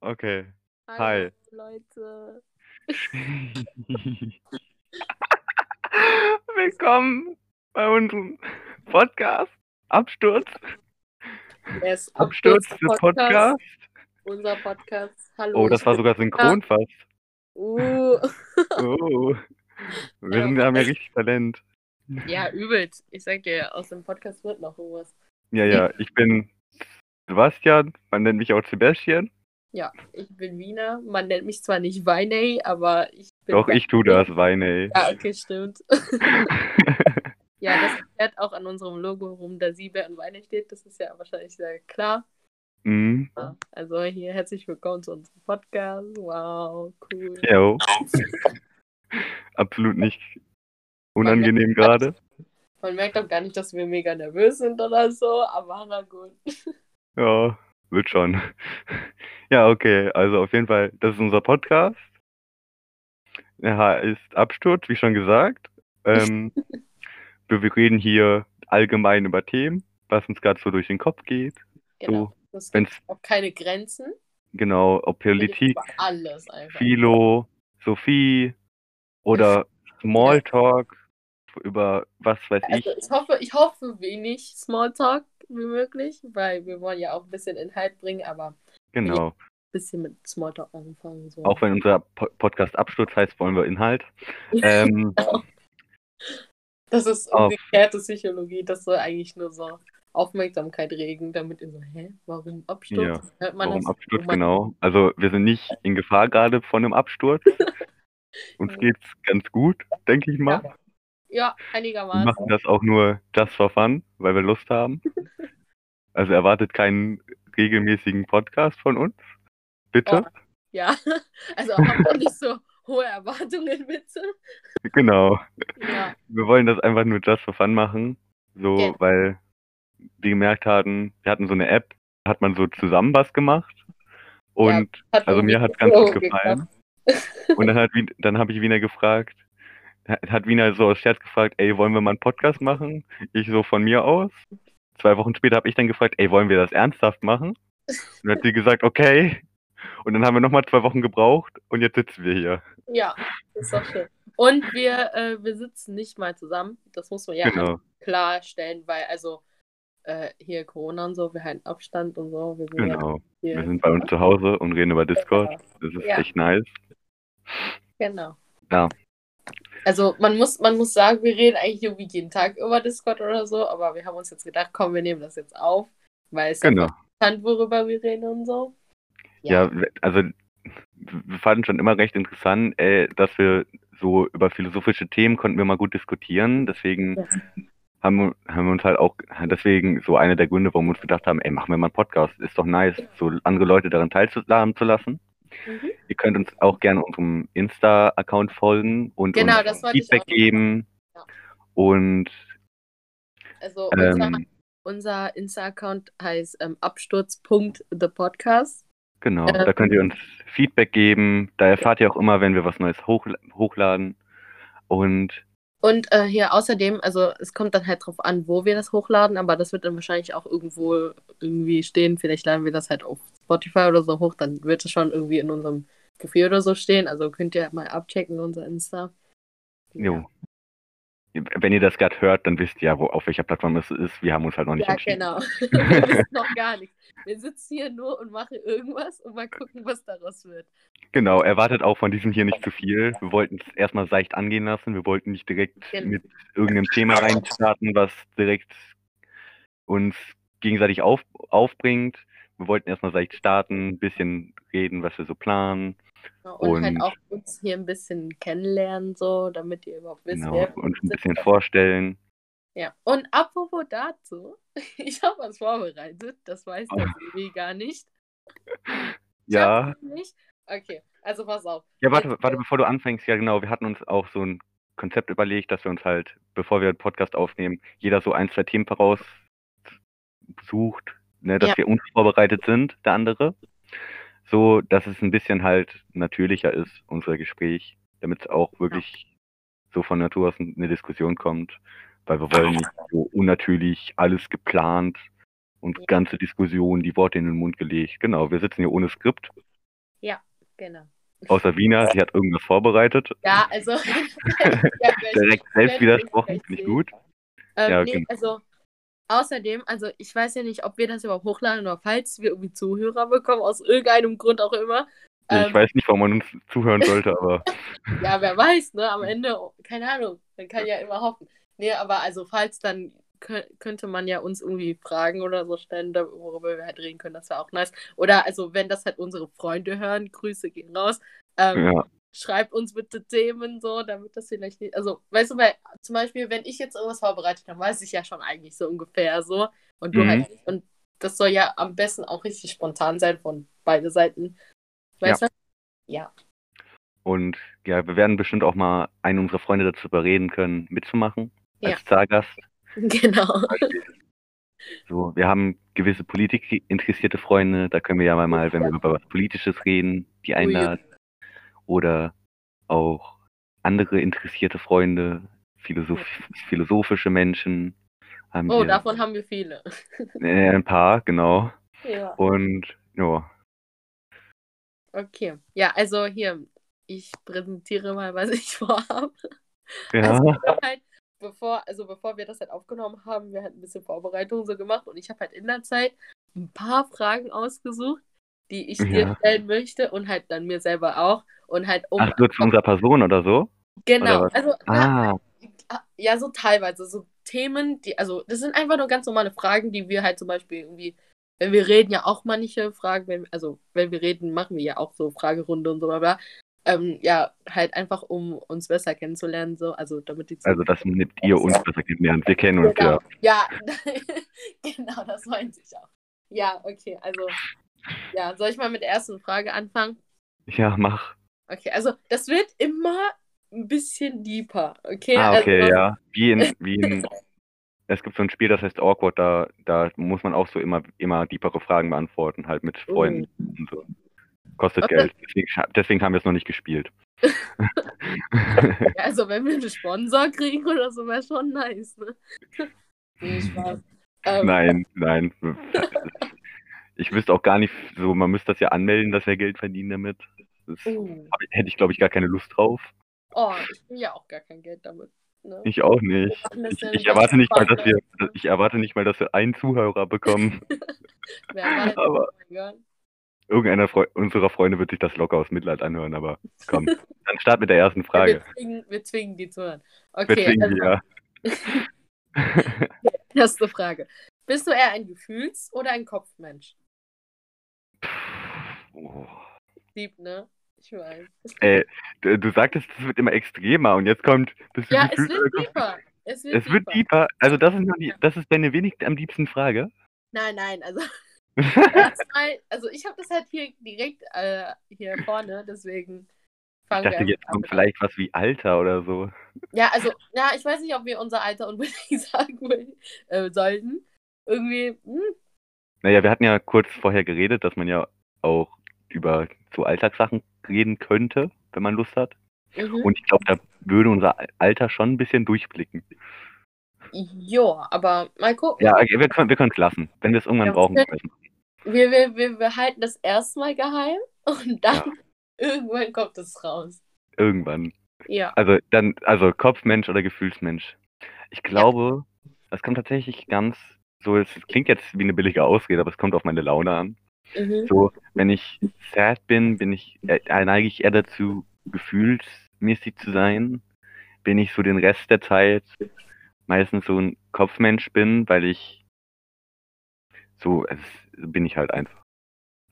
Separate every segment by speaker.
Speaker 1: Okay.
Speaker 2: Hallo, Leute.
Speaker 1: Willkommen bei unserem Podcast Absturz.
Speaker 2: Er ist
Speaker 1: Absturz des Podcasts.
Speaker 2: Unser Podcast. Hallo.
Speaker 1: Oh, das war sogar synchron fast.
Speaker 2: uh,
Speaker 1: Oh. Wir sind, haben ja richtig Talent.
Speaker 2: ja, übelst. Ich sag dir, aus dem Podcast wird noch irgendwas.
Speaker 1: Ja, ja, ich bin Sebastian, man nennt mich auch Sebastian.
Speaker 2: Ja, ich bin Wiener. Man nennt mich zwar nicht Weiney, aber ich bin.
Speaker 1: Doch, ich tue das, Weine.
Speaker 2: Ja, okay, stimmt. ja, das fährt auch an unserem Logo rum, da Sieber und Weiney steht. Das ist ja wahrscheinlich sehr klar.
Speaker 1: mhm.
Speaker 2: Also hier herzlich willkommen zu unserem Podcast. Wow, cool.
Speaker 1: Jo. Absolut nicht unangenehm gerade.
Speaker 2: Man merkt auch gar nicht, dass wir mega nervös sind oder so, aber na gut.
Speaker 1: Ja, wird schon. Ja, okay. Also auf jeden Fall, das ist unser Podcast. Er heißt Absturz, wie schon gesagt. Ähm, wir, wir reden hier allgemein über Themen, was uns gerade so durch den Kopf geht.
Speaker 2: Genau. Das
Speaker 1: Wenn
Speaker 2: gibt
Speaker 1: es
Speaker 2: auch keine Grenzen.
Speaker 1: genau, ob Politik,
Speaker 2: Über Alles einfach.
Speaker 1: Philo, Sophie oder Smalltalk über was weiß ich.
Speaker 2: Also ich hoffe, ich hoffe wenig Smalltalk wie möglich, weil wir wollen ja auch ein bisschen Inhalt bringen, aber ein
Speaker 1: Genau.
Speaker 2: bisschen mit Smalltalk anfangen. So.
Speaker 1: Auch wenn unser Po- Podcast Absturz heißt, wollen wir Inhalt. Ähm,
Speaker 2: das ist
Speaker 1: auf-
Speaker 2: umgekehrte Psychologie, das soll eigentlich nur so Aufmerksamkeit regen, damit ihr so, hä, warum Absturz? Hört man
Speaker 1: Warum
Speaker 2: das?
Speaker 1: Absturz,
Speaker 2: Wo man-
Speaker 1: genau. Also wir sind nicht in Gefahr gerade von einem Absturz. Uns geht's ganz gut, denke ich mal.
Speaker 2: Ja,
Speaker 1: Wir
Speaker 2: einigermaßen.
Speaker 1: genau? machen das auch nur just for fun, weil wir Lust haben. Also erwartet keinen regelmäßigen Podcast von uns. Bitte.
Speaker 2: Ja, also habt doch nicht so hohe Erwartungen, bitte.
Speaker 1: Genau.
Speaker 2: Ja,
Speaker 1: Wir wollen das einfach nur just for fun machen. So,
Speaker 2: Genau.
Speaker 1: weil wir gemerkt hatten, wir hatten so eine App, da hat man so zusammen was gemacht. Und
Speaker 2: hat
Speaker 1: Also mir
Speaker 2: irgendwie
Speaker 1: hat ganz gut
Speaker 2: so
Speaker 1: gefallen.
Speaker 2: geklappt.
Speaker 1: Und dann hat Wien- dann habe ich Wiener gefragt, hat Wiener so aus Scherz gefragt, ey, wollen wir mal einen Podcast machen? Ich so von mir aus. Zwei Wochen später habe ich dann gefragt, ey, wollen wir das ernsthaft machen? Und dann hat sie gesagt, okay. Und dann haben wir nochmal zwei Wochen gebraucht und jetzt sitzen wir hier.
Speaker 2: Ja, ist doch schön. Und wir, äh, wir sitzen nicht mal zusammen. Das muss man ja
Speaker 1: Genau.
Speaker 2: klarstellen, weil also äh, hier Corona und so, wir halten Abstand und so. Wir sind
Speaker 1: Genau.
Speaker 2: Ja
Speaker 1: Wir
Speaker 2: hier.
Speaker 1: sind bei uns zu Hause und reden über Discord.
Speaker 2: Genau.
Speaker 1: Das ist
Speaker 2: Ja.
Speaker 1: echt nice.
Speaker 2: genau.
Speaker 1: Ja.
Speaker 2: Also man muss, man muss sagen, wir reden eigentlich irgendwie jeden Tag über Discord oder so, aber wir haben uns jetzt gedacht, komm, wir nehmen das jetzt auf, weil es
Speaker 1: Genau.
Speaker 2: ja interessant, worüber wir reden und so.
Speaker 1: Ja, also wir fanden schon immer recht interessant, äh, dass wir so über philosophische Themen konnten wir mal gut diskutieren. Deswegen
Speaker 2: Ja.
Speaker 1: haben, wir- haben wir uns halt auch, deswegen so einer der Gründe, warum wir uns gedacht haben, ey, machen wir mal einen Podcast. Ist doch nice, so andere Leute daran teilhaben zu lassen.
Speaker 2: Mhm.
Speaker 1: Ihr könnt uns auch gerne unserem Insta-Account folgen und
Speaker 2: Genau, das
Speaker 1: uns
Speaker 2: wollte ich
Speaker 1: Feedback
Speaker 2: auch noch
Speaker 1: geben.
Speaker 2: Ja.
Speaker 1: Und
Speaker 2: Also unser,
Speaker 1: ähm,
Speaker 2: unser Insta-Account heißt ähm, absturz.thepodcast.
Speaker 1: genau,
Speaker 2: Ähm,
Speaker 1: da könnt ihr uns Feedback geben. Da erfahrt ihr auch immer, wenn wir was Neues hoch, hochladen. Und
Speaker 2: Und äh, hier außerdem, also es kommt dann halt drauf an, wo wir das hochladen, aber das wird dann wahrscheinlich auch irgendwo irgendwie stehen. Vielleicht laden wir das halt auf Spotify oder so hoch, dann wird es schon irgendwie in unserem Profil oder so stehen. Also könnt ihr mal abchecken, unser Insta.
Speaker 1: Jo. Wenn ihr das gerade hört, dann wisst ihr ja, wo, auf welcher Plattform es ist. Wir haben uns halt noch nicht
Speaker 2: Ja,
Speaker 1: entschieden.
Speaker 2: genau. wir wissen noch gar nichts. Wir sitzen hier nur und machen irgendwas und mal gucken, was daraus wird.
Speaker 1: Genau, erwartet auch von diesem hier nicht zu viel. Wir wollten es erstmal seicht angehen lassen. Wir wollten nicht direkt
Speaker 2: Genau.
Speaker 1: mit irgendeinem Thema reinstarten, was direkt uns gegenseitig auf, aufbringt. Wir wollten erstmal seicht starten, ein bisschen reden, was wir so planen.
Speaker 2: Und, halt
Speaker 1: Und-
Speaker 2: auch uns hier ein bisschen kennenlernen, so, damit ihr überhaupt wisst,
Speaker 1: Genau,
Speaker 2: wer wir
Speaker 1: uns ein
Speaker 2: sind.
Speaker 1: bisschen vorstellen.
Speaker 2: Ja, und apropos dazu, ich habe was vorbereitet, das weiß das Baby gar nicht.
Speaker 1: Ah.
Speaker 2: Ich
Speaker 1: Ja.
Speaker 2: hab das Nicht. Okay, also pass auf.
Speaker 1: Ja, warte, warte, bevor du anfängst, ja genau, wir hatten uns auch so ein Konzept überlegt, dass wir uns halt, bevor wir einen Podcast aufnehmen, jeder so ein, zwei Themen voraussucht, ne, dass
Speaker 2: Ja.
Speaker 1: wir unvorbereitet sind, der andere. So, dass es ein bisschen halt natürlicher ist, unser Gespräch, damit es auch wirklich so von Natur aus eine Diskussion kommt, weil wir wollen nicht so unnatürlich alles geplant und
Speaker 2: Ja.
Speaker 1: ganze Diskussionen, die Worte in den Mund gelegt. Genau, wir sitzen hier ohne Skript
Speaker 2: Genau.
Speaker 1: Außer Wiener, sie hat irgendwas vorbereitet.
Speaker 2: Ja, also. ja,
Speaker 1: Direkt selbst
Speaker 2: ich-
Speaker 1: widersprochen,
Speaker 2: ich-
Speaker 1: finde ich gut.
Speaker 2: Ähm,
Speaker 1: Ja,
Speaker 2: nee,
Speaker 1: genau.
Speaker 2: also außerdem, also ich weiß ja nicht, ob wir das überhaupt hochladen oder falls wir irgendwie Zuhörer bekommen, aus irgendeinem Grund auch immer.
Speaker 1: Ja,
Speaker 2: Ähm,
Speaker 1: Also Ich weiß nicht, warum man uns zuhören sollte, aber
Speaker 2: Ja, wer weiß, ne? Am Ende, keine Ahnung, man kann ja immer hoffen. Nee, aber also falls, dann kö könnte man ja uns irgendwie Fragen oder so stellen, da- worüber wir halt reden können, das wäre auch nice. Oder also wenn das halt unsere Freunde hören, Grüße gehen raus. Ähm,
Speaker 1: ja.
Speaker 2: schreibt uns bitte Themen so, damit das vielleicht nicht. Also, weißt du, weil zum Beispiel, wenn ich jetzt irgendwas vorbereitet habe, weiß ich ja schon eigentlich so ungefähr so. Und du
Speaker 1: Mhm.
Speaker 2: halt nicht. Und das soll ja am besten auch richtig spontan sein von beide Seiten. Weißt du?
Speaker 1: Und ja, wir werden bestimmt auch mal einen unserer Freunde dazu überreden können, mitzumachen.
Speaker 2: Ja.
Speaker 1: Als Stargast.
Speaker 2: Genau.
Speaker 1: So, wir haben gewisse politikinteressierte Freunde, da können wir ja mal, wenn wir über was Politisches reden,
Speaker 2: Oh,
Speaker 1: die einladen. Oder auch andere interessierte Freunde, Philosoph philosophische Menschen. Haben
Speaker 2: Oh,
Speaker 1: wir.
Speaker 2: davon haben wir viele.
Speaker 1: Äh, ein paar, genau.
Speaker 2: Ja.
Speaker 1: Und ja,
Speaker 2: Okay. Ja, also hier, ich präsentiere mal, was ich vorhabe.
Speaker 1: ja,
Speaker 2: Also ich hab halt, bevor, also bevor wir das halt aufgenommen haben, wir hatten ein bisschen Vorbereitung so gemacht und ich habe halt in der Zeit ein paar Fragen ausgesucht, die ich dir
Speaker 1: Ja.
Speaker 2: stellen möchte und halt dann mir selber auch und halt um
Speaker 1: ach so, zu unserer Person oder so?
Speaker 2: genau,
Speaker 1: oder was?
Speaker 2: also ja,
Speaker 1: Ah,
Speaker 2: ja, so teilweise, so Themen, die, also das sind einfach nur ganz normale Fragen, die wir halt zum Beispiel irgendwie, wenn wir reden, ja auch manche Fragen, wenn, also wenn wir reden, machen wir ja auch so Fragerunde und so bla bla. Ähm, ja, halt einfach, um uns besser kennenzulernen, so, also damit die
Speaker 1: also das nimmt ihr uns besser kennenlernen. Wir kennen uns ja.
Speaker 2: Genau. Ja, genau, das meinte ich auch. Ja, okay, also, ja, soll ich mal mit der ersten Frage anfangen?
Speaker 1: Ja, mach.
Speaker 2: Okay, also, das wird immer ein bisschen deeper, okay?
Speaker 1: Ah, okay,
Speaker 2: also,
Speaker 1: ja. Wie in, wie in, es gibt so ein Spiel, das heißt Awkward, da, da muss man auch so immer, immer deepere Fragen beantworten, halt mit Freunden und so. Kostet
Speaker 2: Oh. Okay.
Speaker 1: Geld, deswegen, scha- deswegen haben wir es noch nicht gespielt.
Speaker 2: Ja, also, wenn wir einen Sponsor kriegen oder so, wäre schon nice, ne? nee, Spaß. Ähm,
Speaker 1: nein, nein. Ich wüsste auch gar nicht, so, man müsste das ja anmelden, dass wir Geld verdienen damit. Das
Speaker 2: oh,
Speaker 1: hab ich- hätte ich, glaube ich, gar keine Lust drauf.
Speaker 2: oh, ich will ja auch gar kein Geld damit. Ne?
Speaker 1: Ich auch nicht. Ich, ich erwarte nicht mal, dass wir, ich erwarte nicht mal, dass wir einen Zuhörer bekommen.
Speaker 2: Wer weiß,
Speaker 1: aber-
Speaker 2: oh mein Gott.
Speaker 1: Irgendeiner Freu unserer Freunde wird sich das locker aus Mitleid anhören, aber komm. Dann start mit der ersten Frage.
Speaker 2: Wir zwingen, wir zwingen die zu hören. Okay,
Speaker 1: Deswegen,
Speaker 2: also,
Speaker 1: ja.
Speaker 2: Erste Frage. Bist du eher ein Gefühls- oder ein Kopfmensch?
Speaker 1: Oh.
Speaker 2: Lieb, ne? Ich weiß.
Speaker 1: Ey, du, du sagtest, es wird immer extremer und jetzt kommt, bist du
Speaker 2: Ja, es
Speaker 1: gefühlt.
Speaker 2: wird tiefer. Es wird,
Speaker 1: es wird
Speaker 2: deeper.
Speaker 1: deeper. Also, das ist, noch die, das ist deine wenig am liebsten Frage.
Speaker 2: Nein, nein, also. erstmal, also ich habe das halt hier direkt äh, hier vorne, deswegen
Speaker 1: Ich
Speaker 2: fangen
Speaker 1: dachte,
Speaker 2: wir
Speaker 1: jetzt
Speaker 2: einfach
Speaker 1: kommt vielleicht was wie Alter oder so.
Speaker 2: Ja, also, ja, ich weiß nicht, ob wir unser Alter unbedingt sagen will, äh, sollten. Irgendwie, hm,
Speaker 1: Naja, wir hatten ja kurz vorher geredet, dass man ja auch über so Alltagssachen reden könnte, wenn man Lust hat.
Speaker 2: mhm.
Speaker 1: Und ich glaube, da würde unser Alter schon ein bisschen durchblicken.
Speaker 2: ja, aber mal gucken.
Speaker 1: Ja, okay, wir können wir können es lassen. Wenn wir es irgendwann
Speaker 2: Ja,
Speaker 1: brauchen,
Speaker 2: okay.
Speaker 1: können wir es machen.
Speaker 2: Wir, wir, wir, wir halten das erstmal geheim und dann irgendwann kommt es raus.
Speaker 1: Irgendwann.
Speaker 2: Ja.
Speaker 1: Also dann, also Kopfmensch oder Gefühlsmensch. Ich glaube, das kommt tatsächlich ganz so, es klingt jetzt wie eine billige Ausrede, aber es kommt auf meine Laune an.
Speaker 2: Mhm.
Speaker 1: So, wenn ich sad bin, bin ich, äh, neige ich eher dazu, gefühlsmäßig zu sein. Bin ich so den Rest der Zeit meistens so ein Kopfmensch bin, weil ich so, es bin ich halt einfach.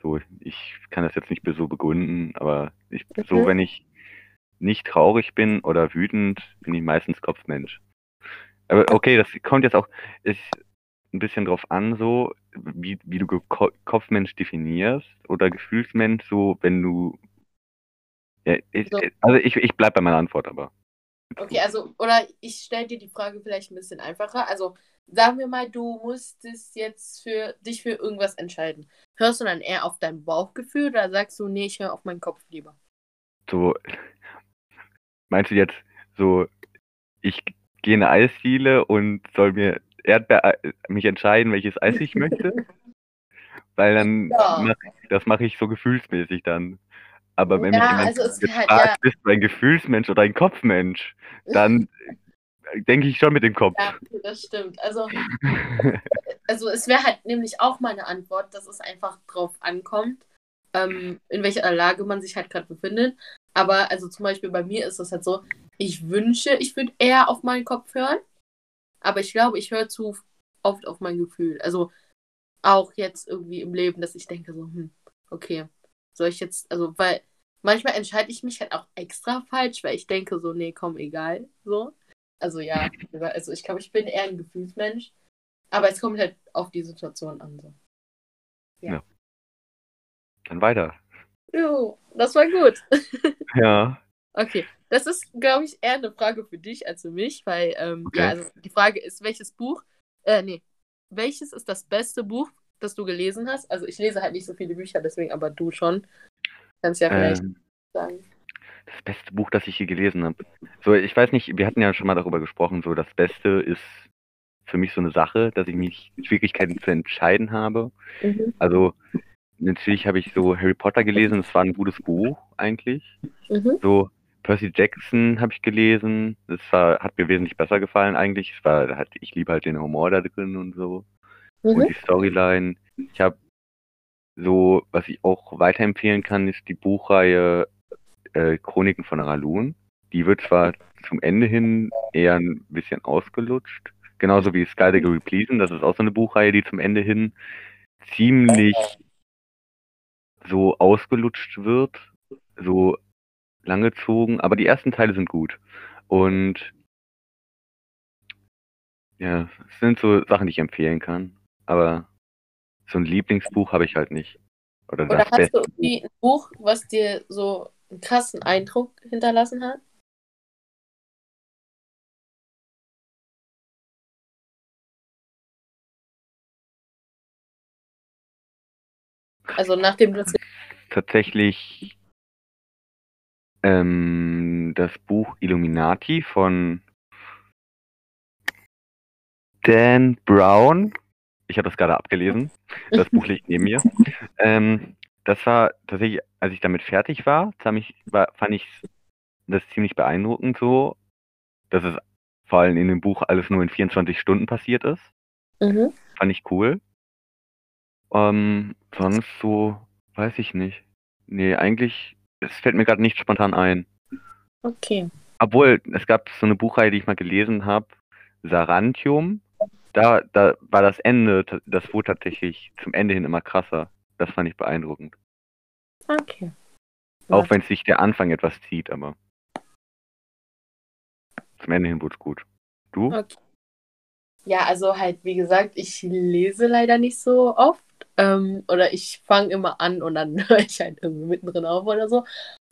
Speaker 1: So, ich kann das jetzt nicht so begründen, aber ich, so,
Speaker 2: Mhm.
Speaker 1: wenn ich nicht traurig bin oder wütend, bin ich meistens Kopfmensch. Aber okay, das kommt jetzt auch ist ein bisschen drauf an, so, wie, wie du Ge- Ko Kopfmensch definierst oder Gefühlsmensch, so, wenn du. Ja, ich,
Speaker 2: So.
Speaker 1: also ich, ich bleib bei meiner Antwort, aber.
Speaker 2: Okay, also, oder ich stelle dir die Frage vielleicht ein bisschen einfacher. Also, sagen wir mal, du musstest jetzt für dich für irgendwas entscheiden. Hörst du dann eher auf dein Bauchgefühl oder sagst du, nee, ich höre auf meinen Kopf lieber?
Speaker 1: So, meinst du jetzt so, ich gehe in eine Eisdiele und soll mir Erdbeer äh, mich entscheiden, welches Eis ich möchte? Weil dann
Speaker 2: Ja.
Speaker 1: mach, das mache ich so gefühlsmäßig dann. Aber wenn
Speaker 2: Ja,
Speaker 1: mich jemand
Speaker 2: also es ist halt-
Speaker 1: fragt, bist du ein Gefühlsmensch oder ein Kopfmensch, dann denke ich schon mit dem Kopf.
Speaker 2: Ja, das stimmt. Also, also es wäre halt nämlich auch meine Antwort, dass es einfach drauf ankommt, ähm, in welcher Lage man sich halt gerade befindet. Aber also zum Beispiel bei mir ist das halt so, ich wünsche, ich würde eher auf meinen Kopf hören, aber ich glaube, ich höre zu oft auf mein Gefühl. Also auch jetzt irgendwie im Leben, dass ich denke so, hm, okay, soll ich jetzt, also weil manchmal entscheide ich mich halt auch extra falsch, weil ich denke so, nee, komm, egal, so. Also ja, wie gesagt, also ich glaube, ich bin eher ein Gefühlsmensch, aber es kommt halt auf die Situation an. So.
Speaker 1: Dann weiter.
Speaker 2: Jo, das war gut.
Speaker 1: Ja.
Speaker 2: Okay, das ist, glaube ich, eher eine Frage für dich als für mich, weil ähm,
Speaker 1: Okay.
Speaker 2: ja, also die Frage ist, welches Buch, äh, nee, welches ist das beste Buch, das du gelesen hast? Also ich lese halt nicht so viele Bücher, deswegen aber du schon. Kannst ja vielleicht
Speaker 1: Ähm,
Speaker 2: sagen.
Speaker 1: das beste Buch, das ich je gelesen habe. So, ich weiß nicht, wir hatten ja schon mal darüber gesprochen, so das Beste ist für mich so eine Sache, dass ich mich Schwierigkeiten zu entscheiden habe.
Speaker 2: Mhm.
Speaker 1: Also natürlich habe ich so Harry Potter gelesen, das war ein gutes Buch eigentlich.
Speaker 2: Mhm.
Speaker 1: So Percy Jackson habe ich gelesen, das war, hat mir wesentlich besser gefallen eigentlich. Es war halt, ich liebe halt den Humor da drin und so und
Speaker 2: Mhm.
Speaker 1: die Storyline. Ich habe so, was ich auch weiterempfehlen kann, ist die Buchreihe äh, Chroniken von Ralun. Die wird zwar zum Ende hin eher ein bisschen ausgelutscht, genauso wie Sky the Great Pleasant, das ist auch so eine Buchreihe, die zum Ende hin ziemlich so ausgelutscht wird, so langgezogen, aber die ersten Teile sind gut. Und ja, es sind so Sachen, die ich empfehlen kann. Aber so ein Lieblingsbuch habe ich halt nicht. Oder
Speaker 2: Oder
Speaker 1: das
Speaker 2: hast du
Speaker 1: Beste.
Speaker 2: irgendwie ein Buch, was dir so einen krassen Eindruck hinterlassen hat? Also nachdem du das
Speaker 1: Tatsächlich ähm, das Buch Illuminati von Dan Brown. Ich habe das gerade abgelesen. Das Buch liegt neben mir. Ähm, das war tatsächlich, als ich damit fertig war, fand ich, war, fand ich das ziemlich beeindruckend so, dass es vor allem in dem Buch alles nur in 24 Stunden passiert ist.
Speaker 2: Mhm.
Speaker 1: Fand ich cool. Ähm, sonst so, weiß ich nicht. Nee, eigentlich, es fällt mir gerade nicht spontan ein.
Speaker 2: Okay.
Speaker 1: Obwohl, es gab so eine Buchreihe, die ich mal gelesen habe, Sarantium. Da, da war das Ende, t- das wurde tatsächlich zum Ende hin immer krasser. Das fand ich beeindruckend.
Speaker 2: Okay.
Speaker 1: Auch wenn sich der Anfang etwas zieht, aber zum Ende hin wurde es gut. Du?
Speaker 2: Okay. Ja, also halt, wie gesagt, ich lese leider nicht so oft. Ähm, oder ich fange immer an und dann höre ich halt irgendwie mittendrin auf oder so.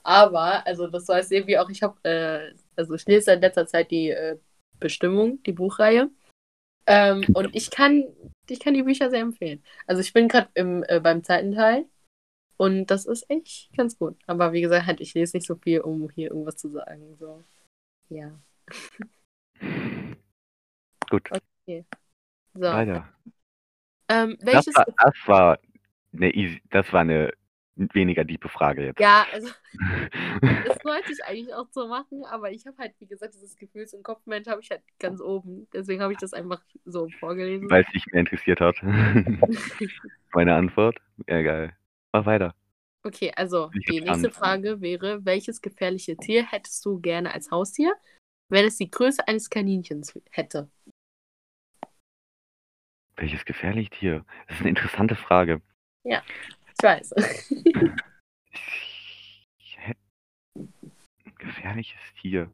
Speaker 2: Aber, also das weiß irgendwie auch, ich habe, äh, also ich lese in letzter Zeit die äh, Bestimmung, die Buchreihe. Ähm,
Speaker 1: Hm.
Speaker 2: und ich kann, ich kann die Bücher sehr empfehlen. Also ich bin gerade im, äh, beim zweiten Teil und das ist echt ganz gut. Aber wie gesagt, halt, ich lese nicht so viel, um hier irgendwas zu sagen. So. Ja.
Speaker 1: Gut,
Speaker 2: So.
Speaker 1: weiter.
Speaker 2: Ähm,
Speaker 1: Das
Speaker 2: welches
Speaker 1: war, das war eine easy, das war eine weniger diepe Frage jetzt.
Speaker 2: Ja, also das wollte ich eigentlich auch so machen, aber ich habe halt, wie gesagt, dieses Gefühls- und Kopfmensch habe ich halt ganz oben. Deswegen habe ich das einfach so vorgelesen.
Speaker 1: Weil es dich mehr interessiert hat. Meine Antwort? Ja, geil. Mach weiter.
Speaker 2: okay, also
Speaker 1: Ich
Speaker 2: die
Speaker 1: hab
Speaker 2: nächste
Speaker 1: Angst.
Speaker 2: Frage wäre, welches gefährliche Tier hättest du gerne als Haustier, wenn es die Größe eines Kaninchens hätte?
Speaker 1: Welches gefährliche Tier? Das ist eine interessante Frage.
Speaker 2: Ich weiß.
Speaker 1: Ich hätt- ein gefährliches Tier.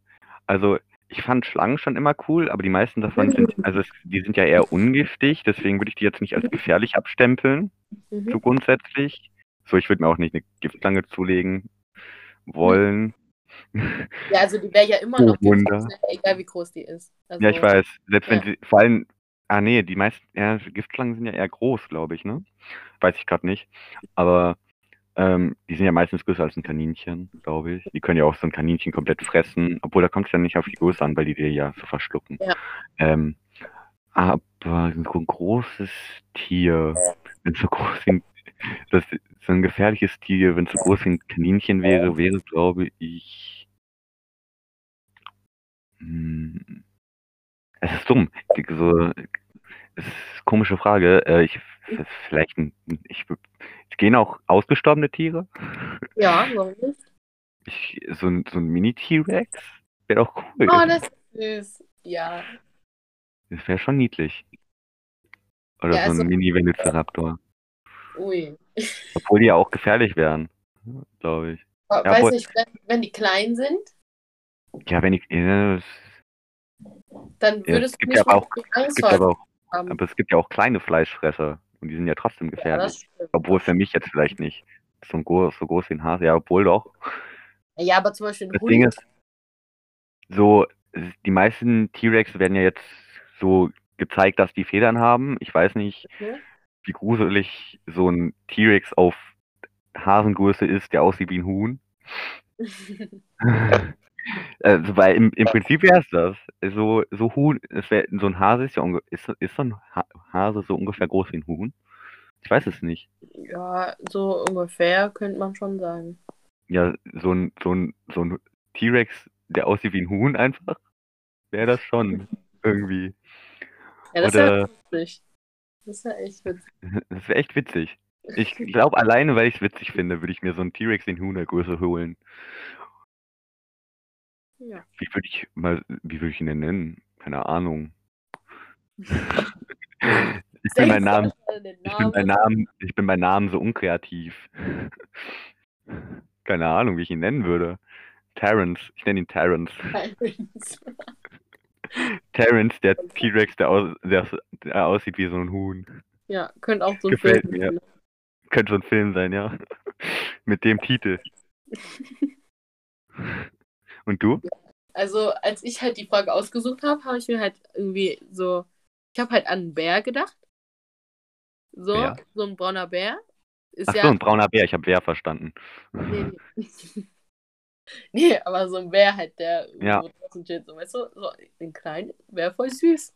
Speaker 1: Also, ich fand Schlangen schon immer cool, aber die meisten davon sind, also es- die sind ja eher ungiftig, deswegen würde ich die jetzt nicht als gefährlich abstempeln, so
Speaker 2: Mhm.
Speaker 1: grundsätzlich. So, ich würde mir auch nicht eine Giftschlange zulegen wollen.
Speaker 2: Ja, also die wäre ja immer
Speaker 1: Oh,
Speaker 2: noch die
Speaker 1: Wunder.
Speaker 2: Größte, egal wie groß die ist. Also,
Speaker 1: Ja, ich weiß. Selbst wenn
Speaker 2: Ja.
Speaker 1: sie, vor allem, ah nee, die meisten ja, Giftschlangen sind ja eher groß, glaube ich, ne? Weiß ich gerade nicht. Aber ähm, die sind ja meistens größer als ein Kaninchen, glaube ich. Die können ja auch so ein Kaninchen komplett fressen, obwohl da kommt es ja nicht auf die Größe an, weil die dir ja so verschlucken.
Speaker 2: Ja.
Speaker 1: Ähm, aber so ein großes Tier, wenn so groß sind, das, So ein gefährliches Tier, wenn es so groß wie ein Kaninchen wäre, wäre, glaube ich. Hm. Es ist dumm. So, es ist komische Frage. Äh, Ich, es ist vielleicht ein, ich, es gehen auch ausgestorbene Tiere.
Speaker 2: Ja, warum nicht?
Speaker 1: Ich, so ein, so ein Mini-T-Rex wäre doch cool.
Speaker 2: Oh, das ist süß. Ja.
Speaker 1: Das wäre schon niedlich. Oder
Speaker 2: Ja,
Speaker 1: so
Speaker 2: also-
Speaker 1: ein Mini-Velociraptor.
Speaker 2: Ui.
Speaker 1: Obwohl die ja auch gefährlich wären, glaube ich.
Speaker 2: Oh, Weiß
Speaker 1: aber-
Speaker 2: nicht, wenn, wenn die klein sind,
Speaker 1: Ja, wenn ich. Äh, es
Speaker 2: dann
Speaker 1: Ja, es
Speaker 2: würdest du
Speaker 1: gibt
Speaker 2: nicht
Speaker 1: ja aber
Speaker 2: mal
Speaker 1: auch-
Speaker 2: so viel
Speaker 1: es
Speaker 2: Angst
Speaker 1: gibt
Speaker 2: vor
Speaker 1: aber, auch,
Speaker 2: haben.
Speaker 1: aber es gibt ja auch kleine Fleischfresser und die sind ja trotzdem
Speaker 2: Ja,
Speaker 1: gefährlich.
Speaker 2: das stimmt.
Speaker 1: obwohl für mich jetzt vielleicht nicht. So, ein groß, so groß wie ein Hase. Ja, obwohl doch.
Speaker 2: ja, aber zum Beispiel ein
Speaker 1: Das Ding
Speaker 2: Hund.
Speaker 1: ist, so, es- die meisten T-Rex werden ja jetzt so gezeigt, dass die Federn haben. Ich weiß nicht,
Speaker 2: Mhm.
Speaker 1: wie gruselig so ein T-Rex auf Hasengröße ist, der aussieht wie ein Huhn. Also, weil im, im Prinzip wäre es das. So, so Huhn, es wär, so ein Hase ist ja unge ist, ist so ein ha Hase so ungefähr groß wie ein Huhn. Ich weiß es nicht.
Speaker 2: Ja, so ungefähr könnte man schon sagen.
Speaker 1: Ja, so ein, so ein, so ein T-Rex, der aussieht wie ein Huhn einfach, wäre das schon irgendwie.
Speaker 2: Ja, das
Speaker 1: Oder-
Speaker 2: wäre witzig. Das wäre echt witzig.
Speaker 1: Das wäre echt witzig. Ich glaube, alleine, weil ich es witzig finde, würde ich mir so einen T-Rex in Huhnergröße holen.
Speaker 2: Ja.
Speaker 1: Wie würde ich mal, wie würde ich ihn denn nennen? Keine Ahnung. Ich bin mein Name, ich bin mein Name, ich bin mein Name so unkreativ. Keine Ahnung, wie ich ihn nennen würde. Terrence, ich nenne ihn Terrence. Terrence, der T-Rex, der, aus, der, der aussieht wie so ein Huhn.
Speaker 2: Ja, könnte auch so ein
Speaker 1: Gefällt
Speaker 2: Film
Speaker 1: mir.
Speaker 2: sein.
Speaker 1: Könnte schon ein Film sein, ja. Mit dem Titel. Und du?
Speaker 2: Also, als ich halt die Frage ausgesucht habe, habe ich mir halt irgendwie so. Ich habe halt an einen Bär gedacht. So,
Speaker 1: Bär?
Speaker 2: so ein brauner Bär. Ist
Speaker 1: Ach so,
Speaker 2: ja.
Speaker 1: ein brauner Bär. Ich habe Bär verstanden.
Speaker 2: Nee, nee. nee, aber so ein Bär halt, der
Speaker 1: Ja.
Speaker 2: so draußen chillt, so, weißt du, so den kleinen wäre voll süß.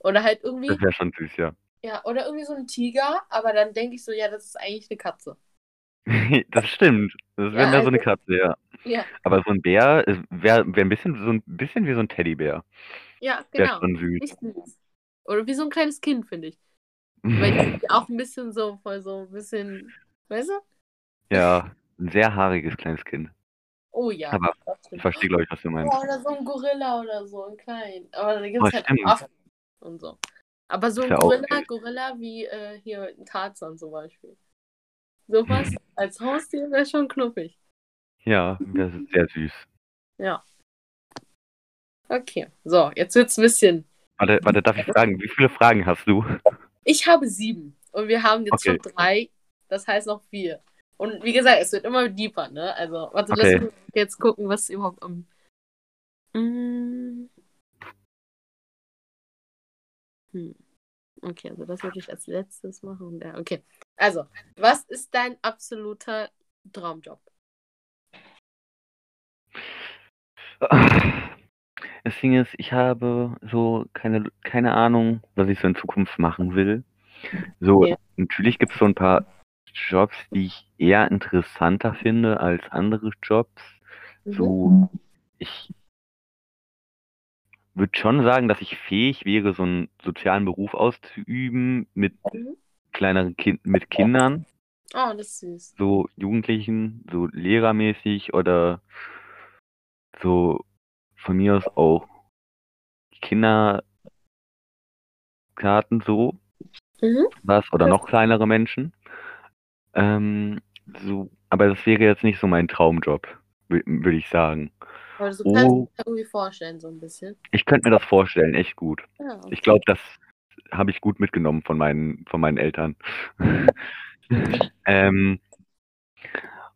Speaker 2: Oder halt irgendwie,
Speaker 1: Das wäre schon süß, ja.
Speaker 2: ja, oder irgendwie so ein Tiger, aber dann denke ich so, ja, das ist eigentlich eine Katze.
Speaker 1: Das stimmt. Das wäre
Speaker 2: Hm. Ja,
Speaker 1: mehr so eine
Speaker 2: also-
Speaker 1: Katze, ja.
Speaker 2: Ja,
Speaker 1: Aber so ein Bär wäre wär ein, bisschen, so ein bisschen wie so ein Teddybär.
Speaker 2: ja,
Speaker 1: Wäre
Speaker 2: genau.
Speaker 1: schon süß.
Speaker 2: Nicht süß. Oder wie so ein kleines Kind, finde ich. Weil die auch ein bisschen so, voll so ein bisschen, weißt du?
Speaker 1: ja, ein sehr haariges kleines Kind.
Speaker 2: Oh ja.
Speaker 1: Aber
Speaker 2: das stimmt.
Speaker 1: Ich verstehe, glaube ich, was du meinst.
Speaker 2: Ja, oder so ein Gorilla oder so, ein klein. Aber da gibt
Speaker 1: Oh,
Speaker 2: es halt
Speaker 1: stimmt.
Speaker 2: auch Affen und so. Aber so
Speaker 1: Ist
Speaker 2: ein
Speaker 1: ja auch
Speaker 2: Gorilla,
Speaker 1: wild.
Speaker 2: Gorilla wie äh, hier ein Tarzan zum Beispiel.
Speaker 1: Mhm.
Speaker 2: Sowas als Haustier wäre schon knuffig.
Speaker 1: Ja, das ist sehr süß.
Speaker 2: Okay, so, jetzt wird's ein bisschen.
Speaker 1: Warte, warte, darf ich fragen, wie viele Fragen hast du?
Speaker 2: Ich habe sieben und wir haben jetzt
Speaker 1: Okay.
Speaker 2: schon drei, das heißt noch vier. Und wie gesagt, es wird immer deeper, ne? Also, warte,
Speaker 1: Okay.
Speaker 2: lass uns jetzt gucken, was überhaupt am. Mm. Hm. Okay, also das würde ich als letztes machen. Ja, okay. Also, was ist dein absoluter Traumjob?
Speaker 1: Das Ding ist, ich habe so keine, keine Ahnung, was ich so in Zukunft machen will. So,
Speaker 2: Ja.
Speaker 1: natürlich gibt es so ein paar Jobs, die ich eher interessanter finde als andere Jobs.
Speaker 2: Mhm.
Speaker 1: So, ich würde schon sagen, dass ich fähig wäre, so einen sozialen Beruf auszuüben mit
Speaker 2: Mhm.
Speaker 1: kleineren kind mit Kindern,
Speaker 2: Oh, das ist süß.
Speaker 1: so Jugendlichen, so lehrermäßig oder so von mir aus auch Kinderkarten so
Speaker 2: Mhm.
Speaker 1: was oder noch kleinere Menschen. Ähm, so, aber das wäre jetzt nicht so mein Traumjob, würde ich sagen.
Speaker 2: Aber du
Speaker 1: Oh.
Speaker 2: kannst dir das irgendwie vorstellen, so ein bisschen.
Speaker 1: Ich könnte mir das vorstellen, echt gut.
Speaker 2: Ja.
Speaker 1: Ich glaube, das habe ich gut mitgenommen von meinen, von meinen Eltern. ähm,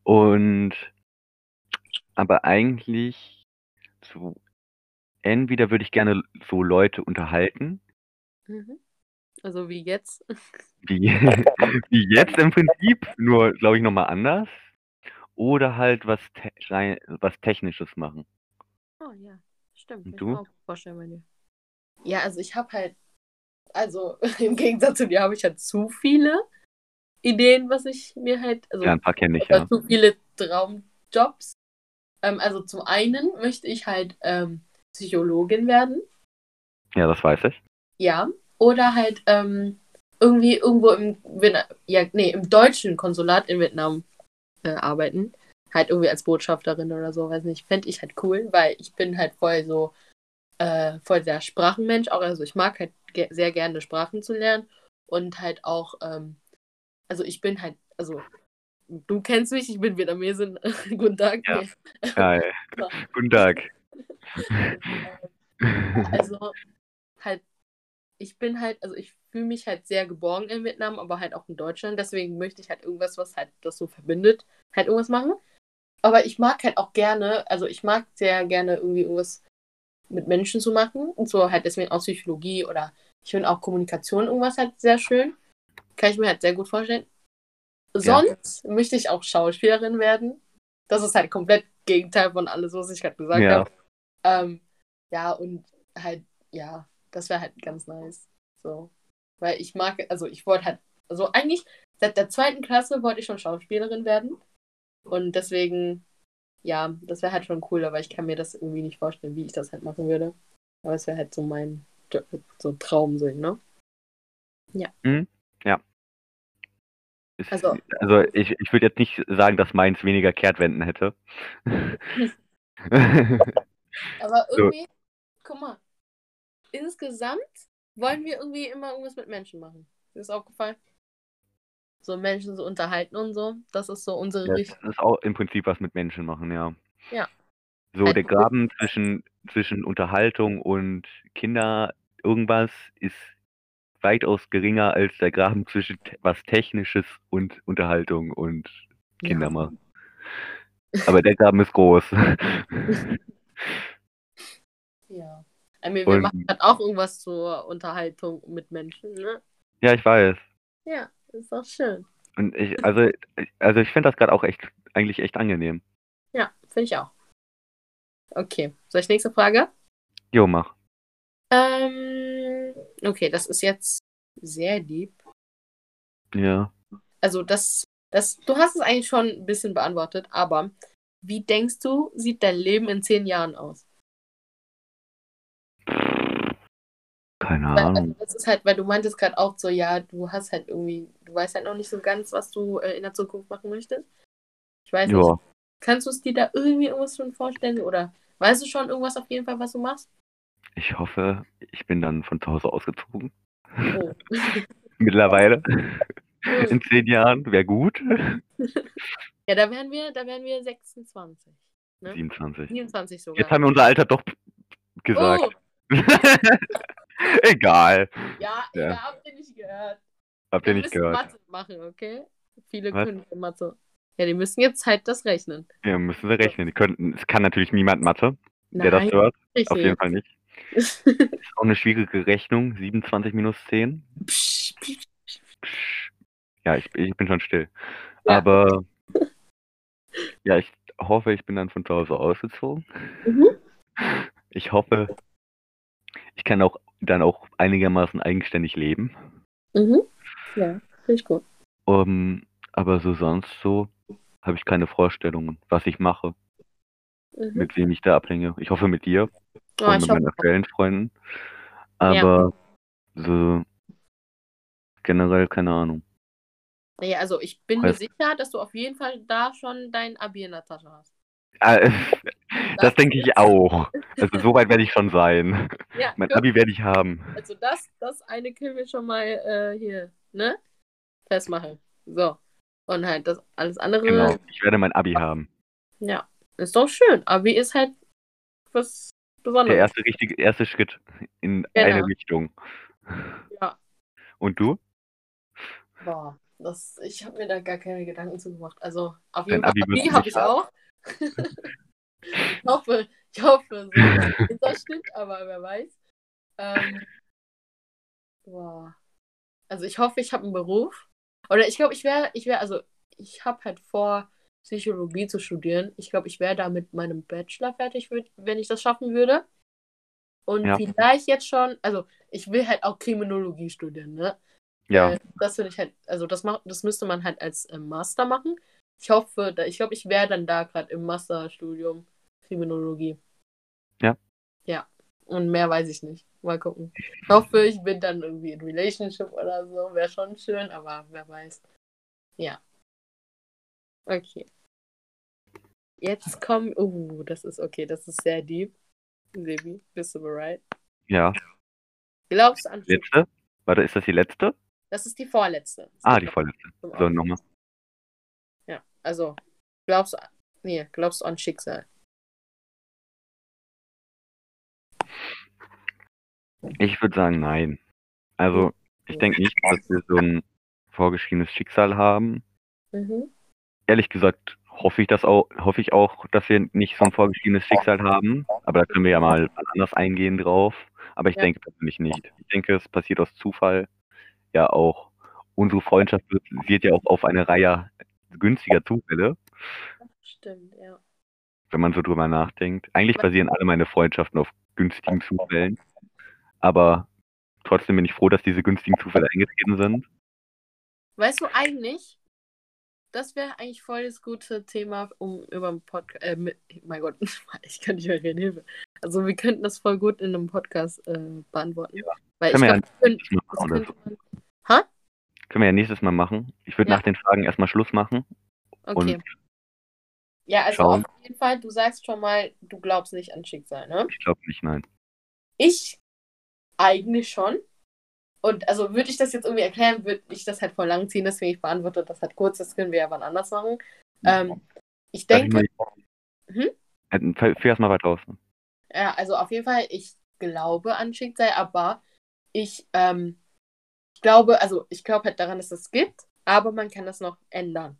Speaker 1: und aber eigentlich so entweder würde ich gerne so Leute unterhalten,
Speaker 2: Mhm. Also wie jetzt.
Speaker 1: wie, wie jetzt im Prinzip, nur glaube ich nochmal anders. Oder halt was, te rein- was Technisches machen.
Speaker 2: Oh ja, stimmt.
Speaker 1: Und
Speaker 2: kann
Speaker 1: du?
Speaker 2: Ich mir auch gut vorstellen bei dir. Ja, also ich habe halt, also im Gegensatz zu dir habe ich halt zu viele Ideen, was ich mir halt. Also,
Speaker 1: Ja, ein paar kenne ich,
Speaker 2: oder
Speaker 1: ja.
Speaker 2: zu viele Traumjobs. Ähm, also zum einen möchte ich halt ähm, Psychologin werden,
Speaker 1: Ja, das weiß ich.
Speaker 2: ja. Oder halt ähm, irgendwie irgendwo im, Vietna- ja, nee, im deutschen Konsulat in Vietnam äh, arbeiten. Halt irgendwie als Botschafterin oder so, weiß nicht. Fände ich halt cool, weil ich bin halt voll so, äh, voll der Sprachenmensch. Auch, also ich mag halt ge sehr gerne Sprachen zu lernen und halt auch, ähm, also ich bin halt, also du kennst mich, ich bin Vietnamesin. Guten Tag.
Speaker 1: Ja.
Speaker 2: Nee.
Speaker 1: Geil. Guten Tag.
Speaker 2: Also halt, ich bin halt, also ich fühle mich halt sehr geborgen in Vietnam, aber halt auch in Deutschland. Deswegen möchte ich halt irgendwas, was halt das so verbindet, halt irgendwas machen. Aber ich mag halt auch gerne, also ich mag sehr gerne irgendwie irgendwas mit Menschen zu machen. Und so halt deswegen auch Psychologie oder ich finde auch Kommunikation irgendwas halt sehr schön. Kann ich mir halt sehr gut vorstellen.
Speaker 1: Ja.
Speaker 2: Sonst möchte ich auch Schauspielerin werden. Das ist halt komplett Gegenteil von alles, was ich gerade gesagt
Speaker 1: Ja.
Speaker 2: habe. Ähm, ja, und halt, ja, das wäre halt ganz nice. So. Weil ich mag, also ich wollte halt, also eigentlich seit der zweiten Klasse wollte ich schon Schauspielerin werden. Und deswegen, ja, das wäre halt schon cool, aber ich kann mir das irgendwie nicht vorstellen, wie ich das halt machen würde. Aber es wäre halt so mein Jo- so ein Traum, so, ne?
Speaker 1: Ist,
Speaker 2: Also-
Speaker 1: also, also ich, ich würde jetzt nicht sagen, dass meins weniger Kehrtwenden hätte.
Speaker 2: Aber
Speaker 1: So.
Speaker 2: irgendwie, guck mal, insgesamt wollen wir irgendwie immer irgendwas mit Menschen machen. Ist das aufgefallen? So Menschen so unterhalten und so. Das ist so unsere
Speaker 1: Das
Speaker 2: Richtung.
Speaker 1: ist auch im Prinzip was mit Menschen machen, ja.
Speaker 2: Ja.
Speaker 1: So, der
Speaker 2: Also-
Speaker 1: Graben zwischen, zwischen Unterhaltung und Kinder irgendwas ist weitaus geringer als der Graben zwischen te- was Technisches und Unterhaltung und Kinder machen. Aber der Graben ist groß.
Speaker 2: Ja. I mean, wir
Speaker 1: Und-
Speaker 2: machen halt auch irgendwas zur Unterhaltung mit Menschen, ne?
Speaker 1: ja, ich weiß.
Speaker 2: Ja, ist doch schön.
Speaker 1: Und ich, also, also ich finde das gerade auch echt, eigentlich echt angenehm.
Speaker 2: Ja, finde ich auch. Okay, soll ich nächste Frage?
Speaker 1: Jo, mach.
Speaker 2: Ähm, okay, das ist jetzt sehr deep.
Speaker 1: Ja.
Speaker 2: also das, das, du hast es eigentlich schon ein bisschen beantwortet, aber wie denkst du, sieht dein Leben in zehn Jahren aus?
Speaker 1: Keine
Speaker 2: Weil,
Speaker 1: Ahnung.
Speaker 2: also das ist halt, weil du meintest gerade auch so, ja, du hast halt irgendwie, du weißt halt noch nicht so ganz, was du äh, in der Zukunft machen möchtest. Ich weiß nicht.
Speaker 1: Ja.
Speaker 2: Kannst du es dir da irgendwie irgendwas schon vorstellen oder weißt du schon irgendwas auf jeden Fall, was du machst?
Speaker 1: Ich hoffe, ich bin dann von zu Hause ausgezogen.
Speaker 2: Oh.
Speaker 1: Mittlerweile.
Speaker 2: Hm.
Speaker 1: In zehn Jahren wäre gut.
Speaker 2: ja, da wären wir, da wären wir 26. Ne?
Speaker 1: 27.
Speaker 2: 27 sogar.
Speaker 1: Jetzt haben wir unser Alter doch gesagt.
Speaker 2: Oh,
Speaker 1: Egal.
Speaker 2: ja, ich
Speaker 1: Ja.
Speaker 2: hab den nicht gehört.
Speaker 1: Habt
Speaker 2: Wir
Speaker 1: ihr nicht
Speaker 2: müssen
Speaker 1: gehört?
Speaker 2: Mathe machen, okay? Viele
Speaker 1: Was?
Speaker 2: können keine Mathe. Ja, die müssen jetzt halt das rechnen.
Speaker 1: Wir müssen wir rechnen. Die könnten, es kann natürlich niemand Mathe, der das hört.
Speaker 2: richtig.
Speaker 1: Auf jeden Fall nicht. Ist auch eine schwierige Rechnung. 27 minus 10.
Speaker 2: Psch, psch.
Speaker 1: Psch. Ja, ich, ich bin schon still.
Speaker 2: Ja.
Speaker 1: Aber ja, ich hoffe, ich bin dann von zu Hause ausgezogen.
Speaker 2: Mhm.
Speaker 1: Ich hoffe, ich kann auch dann auch einigermaßen eigenständig leben.
Speaker 2: Mhm. Ja, finde ich gut.
Speaker 1: Ähm, aber so sonst so habe ich keine Vorstellungen, was ich mache,
Speaker 2: Mhm.
Speaker 1: mit wem ich da abhänge. Ich hoffe mit dir
Speaker 2: Oh,
Speaker 1: und
Speaker 2: ich
Speaker 1: mit
Speaker 2: hoffe,
Speaker 1: meinen aktuellen Freunden. Aber so generell keine Ahnung.
Speaker 2: ja, also ich bin mir
Speaker 1: Weiß-
Speaker 2: sicher, dass du auf jeden Fall da schon dein Abi in der Tasche hast.
Speaker 1: Ah, Das denke ich auch. Also so weit werde ich schon sein.
Speaker 2: Ja,
Speaker 1: Mein
Speaker 2: gut.
Speaker 1: Abi werde ich haben.
Speaker 2: Also das, das eine können wir schon mal äh, hier, ne? Festmachen. So. Und halt das alles andere.
Speaker 1: Genau. Ich werde mein Abi haben.
Speaker 2: Ja. Ist doch schön. Abi ist halt was Besonderes.
Speaker 1: Der erste richtige erste Schritt in eine Richtung.
Speaker 2: Ja.
Speaker 1: Und du?
Speaker 2: Boah, das, ich habe mir da gar keine Gedanken zu gemacht. Also auf
Speaker 1: Dein
Speaker 2: jeden Fall,
Speaker 1: Abi wirst
Speaker 2: Abi
Speaker 1: du
Speaker 2: habe
Speaker 1: nicht
Speaker 2: ich auch. ich hoffe, ich hoffe, so ist das stimmt, aber wer weiß. Ähm, boah. Also ich hoffe, ich habe einen Beruf. Oder ich glaube, ich wäre, ich wäre, also ich habe halt vor, Psychologie zu studieren. Ich glaube, ich wäre da mit meinem Bachelor fertig, würd, wenn ich das schaffen würde. Und
Speaker 1: Ja.
Speaker 2: vielleicht jetzt schon, also ich will halt auch Kriminologie studieren, ne?
Speaker 1: Ja.
Speaker 2: Äh, Das würde ich halt, also das macht, das müsste man halt als ähm, Master machen. Ich hoffe, da, ich glaube, ich wäre dann da gerade im Masterstudium Kriminologie.
Speaker 1: Ja.
Speaker 2: Ja. Und mehr weiß ich nicht. Mal gucken. Ich hoffe, ich bin dann irgendwie in Relationship oder so. Wäre schon schön, aber wer weiß. Ja. Okay. Jetzt kommen. Uh, das ist okay. Das ist sehr deep. Sebi, bist du bereit?
Speaker 1: Ja.
Speaker 2: Glaubst du an Schicksal?
Speaker 1: Letzte? Warte, ist das die letzte?
Speaker 2: Das ist die vorletzte. Das
Speaker 1: Ah,
Speaker 2: geht
Speaker 1: die
Speaker 2: noch
Speaker 1: vorletzte. So,
Speaker 2: zum Abschluss.
Speaker 1: nochmal.
Speaker 2: Ja, also glaubst du, nee, glaubst du an Schicksal?
Speaker 1: Ich würde sagen, nein. Also, ich denke nicht, dass wir so ein vorgeschriebenes Schicksal haben.
Speaker 2: Mhm.
Speaker 1: Ehrlich gesagt hoffe ich das auch, hoffe ich auch, dass wir nicht so ein vorgeschriebenes Schicksal haben. Aber da können wir ja mal anders eingehen drauf. Aber ich
Speaker 2: Ja.
Speaker 1: denke persönlich nicht. Ich denke, es passiert aus Zufall. Ja auch. Unsere Freundschaft wird- basiert ja auch auf einer Reihe günstiger Zufälle,
Speaker 2: Stimmt, ja.
Speaker 1: wenn man so drüber nachdenkt. Eigentlich basieren alle meine Freundschaften auf günstigen Zufällen. Aber trotzdem bin ich froh, dass diese günstigen Zufälle eingetreten sind.
Speaker 2: Weißt du eigentlich, das wäre eigentlich voll das gute Thema, um über einen Podcast, äh, mit, mein Gott, ich kann nicht mehr reden, Hilfe. Also wir könnten das voll gut in einem Podcast äh, beantworten. Weil ich
Speaker 1: Können wir ja
Speaker 2: glaube, das könnte,
Speaker 1: nächstes Mal
Speaker 2: das
Speaker 1: machen. oder
Speaker 2: könnte
Speaker 1: so.
Speaker 2: man,
Speaker 1: Können wir ja nächstes Mal machen. Ich würde
Speaker 2: Ja.
Speaker 1: nach den Fragen erstmal Schluss machen.
Speaker 2: okay.
Speaker 1: Und
Speaker 2: ja, also
Speaker 1: schauen.
Speaker 2: auf jeden Fall, du sagst schon mal, du glaubst nicht an Schicksal, ne?
Speaker 1: ich glaube nicht, nein.
Speaker 2: Ich eigentlich schon. Und also würde ich das jetzt irgendwie erklären, würde ich das halt voll lang ziehen, deswegen ich beantworte das halt kurz, das können wir ja wann anders machen. Ähm, ich
Speaker 1: Darf ich
Speaker 2: denke, Hm?
Speaker 1: mal, Äh, führ erstmal weiter aus.
Speaker 2: ja, also auf jeden Fall, ich glaube an Schicksal, aber ich ähm, glaube, also ich glaube halt daran, dass es gibt, aber man kann das noch ändern.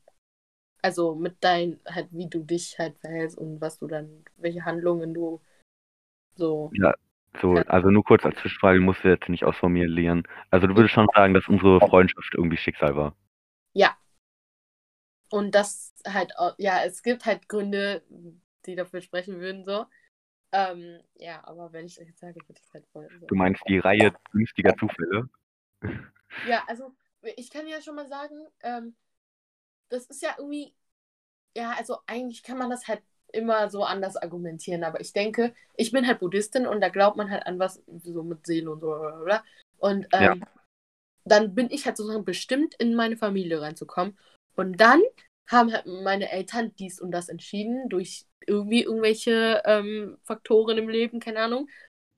Speaker 2: Also mit dein, halt, wie du dich halt verhältst und was du dann, welche Handlungen du so.
Speaker 1: So, also nur kurz als Zwischenfrage, musst du jetzt nicht ausformulieren. Also du würdest schon sagen, dass unsere Freundschaft irgendwie Schicksal war.
Speaker 2: Und das halt, au- ja, es gibt halt Gründe, die dafür sprechen würden, so. Ähm, ja, aber wenn ich das jetzt sage, wird es halt voll. So.
Speaker 1: Du meinst die Reihe günstiger Zufälle?
Speaker 2: Ja, also ich kann ja schon mal sagen, ähm, das ist ja irgendwie, ja, also eigentlich kann man das halt immer so anders argumentieren, aber ich denke, ich bin halt Buddhistin und da glaubt man halt an was so mit Seele und so, blablabla. Und ähm, dann bin ich halt sozusagen bestimmt, in meine Familie reinzukommen. Und dann haben halt meine Eltern dies und das entschieden, durch irgendwie irgendwelche ähm, Faktoren im Leben, keine Ahnung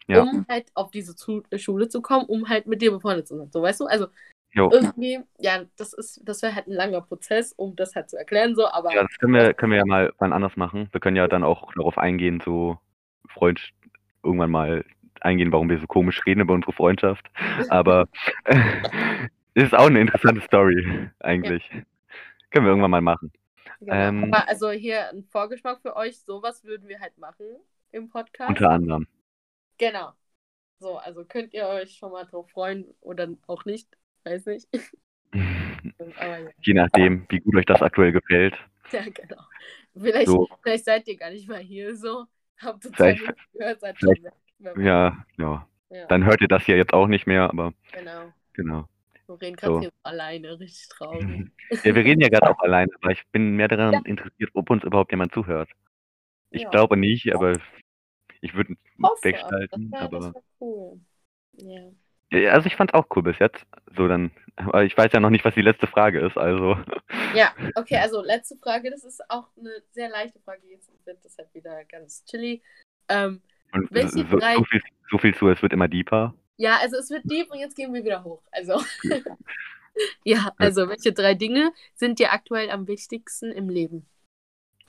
Speaker 1: Ja.
Speaker 2: um halt auf diese Zu Schule zu kommen, um halt mit dir befreundet zu sein. So, weißt du? Also
Speaker 1: Jo.
Speaker 2: irgendwie, ja, das ist, das wäre halt ein langer Prozess, um das halt zu erklären, so, aber
Speaker 1: Ja, das können wir, können wir ja mal wann anders machen. Wir können ja dann auch darauf eingehen, so Freund irgendwann mal eingehen, warum wir so komisch reden über unsere Freundschaft. Aber es ist auch eine interessante Story, eigentlich. Können wir irgendwann mal machen.
Speaker 2: genau.
Speaker 1: ähm,
Speaker 2: aber also hier ein Vorgeschmack für euch, sowas würden wir halt machen im Podcast.
Speaker 1: Unter anderem.
Speaker 2: Genau. So, also könnt ihr euch schon mal drauf freuen oder auch nicht, weiß nicht. Aber ja,
Speaker 1: Je nachdem, wie gut euch das aktuell gefällt.
Speaker 2: ja genau. Vielleicht,
Speaker 1: So,
Speaker 2: vielleicht seid ihr gar nicht mal hier so. Habt ihr
Speaker 1: Vielleicht-
Speaker 2: zwar nicht gehört, seid
Speaker 1: vielleicht-
Speaker 2: schon weg. Wer weiß.
Speaker 1: ja, ja.
Speaker 2: Ja,
Speaker 1: Dann hört ihr das hier jetzt auch nicht mehr, aber
Speaker 2: genau.
Speaker 1: genau.
Speaker 2: Wir reden gerade
Speaker 1: So.
Speaker 2: hier alleine, richtig traurig.
Speaker 1: Ja, wir reden ja gerade auch alleine, aber ich bin mehr daran interessiert, ob uns überhaupt jemand zuhört. Ich
Speaker 2: Ja.
Speaker 1: glaube nicht, aber ich würde
Speaker 2: hoffe,
Speaker 1: wegschalten.
Speaker 2: aber das
Speaker 1: Aber
Speaker 2: war, das war cool. Ja.
Speaker 1: Ja, also ich fand's auch cool bis jetzt. So dann, aber ich weiß ja noch nicht, was die letzte Frage ist. Also
Speaker 2: ja, okay, also letzte Frage. Das ist auch eine sehr leichte Frage. Jetzt wird das halt wieder ganz chilly. Ähm,
Speaker 1: und
Speaker 2: Welche
Speaker 1: so, so,
Speaker 2: drei-
Speaker 1: viel, so viel zu, es wird immer deeper.
Speaker 2: ja, also es wird deep und jetzt gehen wir wieder hoch. Also. ja, also welche drei Dinge sind dir aktuell am wichtigsten im Leben?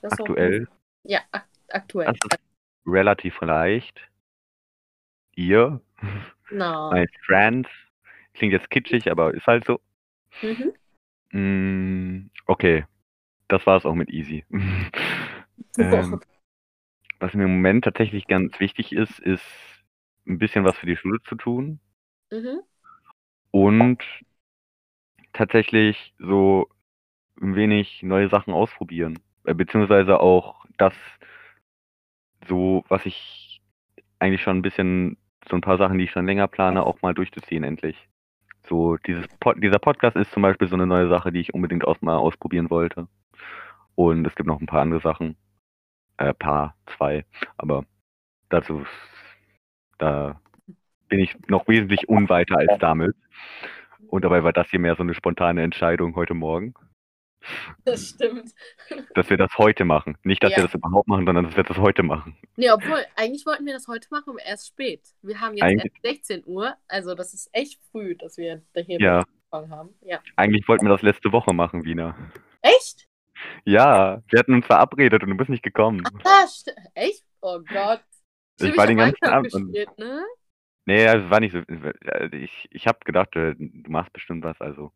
Speaker 2: Das war-
Speaker 1: Aktuell,
Speaker 2: Ja, ak aktuell.
Speaker 1: das ist relativ leicht. Ihr,
Speaker 2: Genau.
Speaker 1: my friends, klingt jetzt kitschig, aber ist halt so.
Speaker 2: Mhm.
Speaker 1: Mm, okay, das war's auch mit easy. ähm, was mir im Moment tatsächlich ganz wichtig ist, ist ein bisschen was für die Schule zu tun.
Speaker 2: Mhm.
Speaker 1: und tatsächlich so ein wenig neue Sachen ausprobieren. Äh, Beziehungsweise auch das, so was ich eigentlich schon ein bisschen, so ein paar Sachen, die ich schon länger plane, auch mal durchzuziehen endlich. So, dieses Pod dieser Podcast ist zum Beispiel so eine neue Sache, die ich unbedingt aus mal ausprobieren wollte. Und es gibt noch ein paar andere Sachen. Äh, paar, zwei. Aber dazu, da bin ich noch wesentlich unweiter als damals. Und dabei war das hier mehr so eine spontane Entscheidung heute Morgen,
Speaker 2: Das stimmt.
Speaker 1: dass wir das heute machen. Nicht, dass
Speaker 2: Ja.
Speaker 1: wir das überhaupt machen, sondern dass wir das heute machen.
Speaker 2: Nee, obwohl, eigentlich wollten wir das heute machen, aber erst spät. Wir haben jetzt
Speaker 1: Eigentlich-
Speaker 2: erst 16 Uhr, also das ist echt früh, dass wir da hier
Speaker 1: Ja.
Speaker 2: angefangen haben. Ja.
Speaker 1: Eigentlich wollten wir das letzte Woche machen, Wiener.
Speaker 2: Echt?
Speaker 1: Ja, wir hatten uns verabredet und du bist nicht gekommen.
Speaker 2: Ah, st- echt? Oh Gott.
Speaker 1: Ich
Speaker 2: Stimmt,
Speaker 1: war
Speaker 2: hab
Speaker 1: den ganzen
Speaker 2: Minecraft
Speaker 1: Abend und-
Speaker 2: gespielt, ne?
Speaker 1: Nee, also es war nicht so. also Ich, ich habe gedacht, äh, du machst bestimmt was, also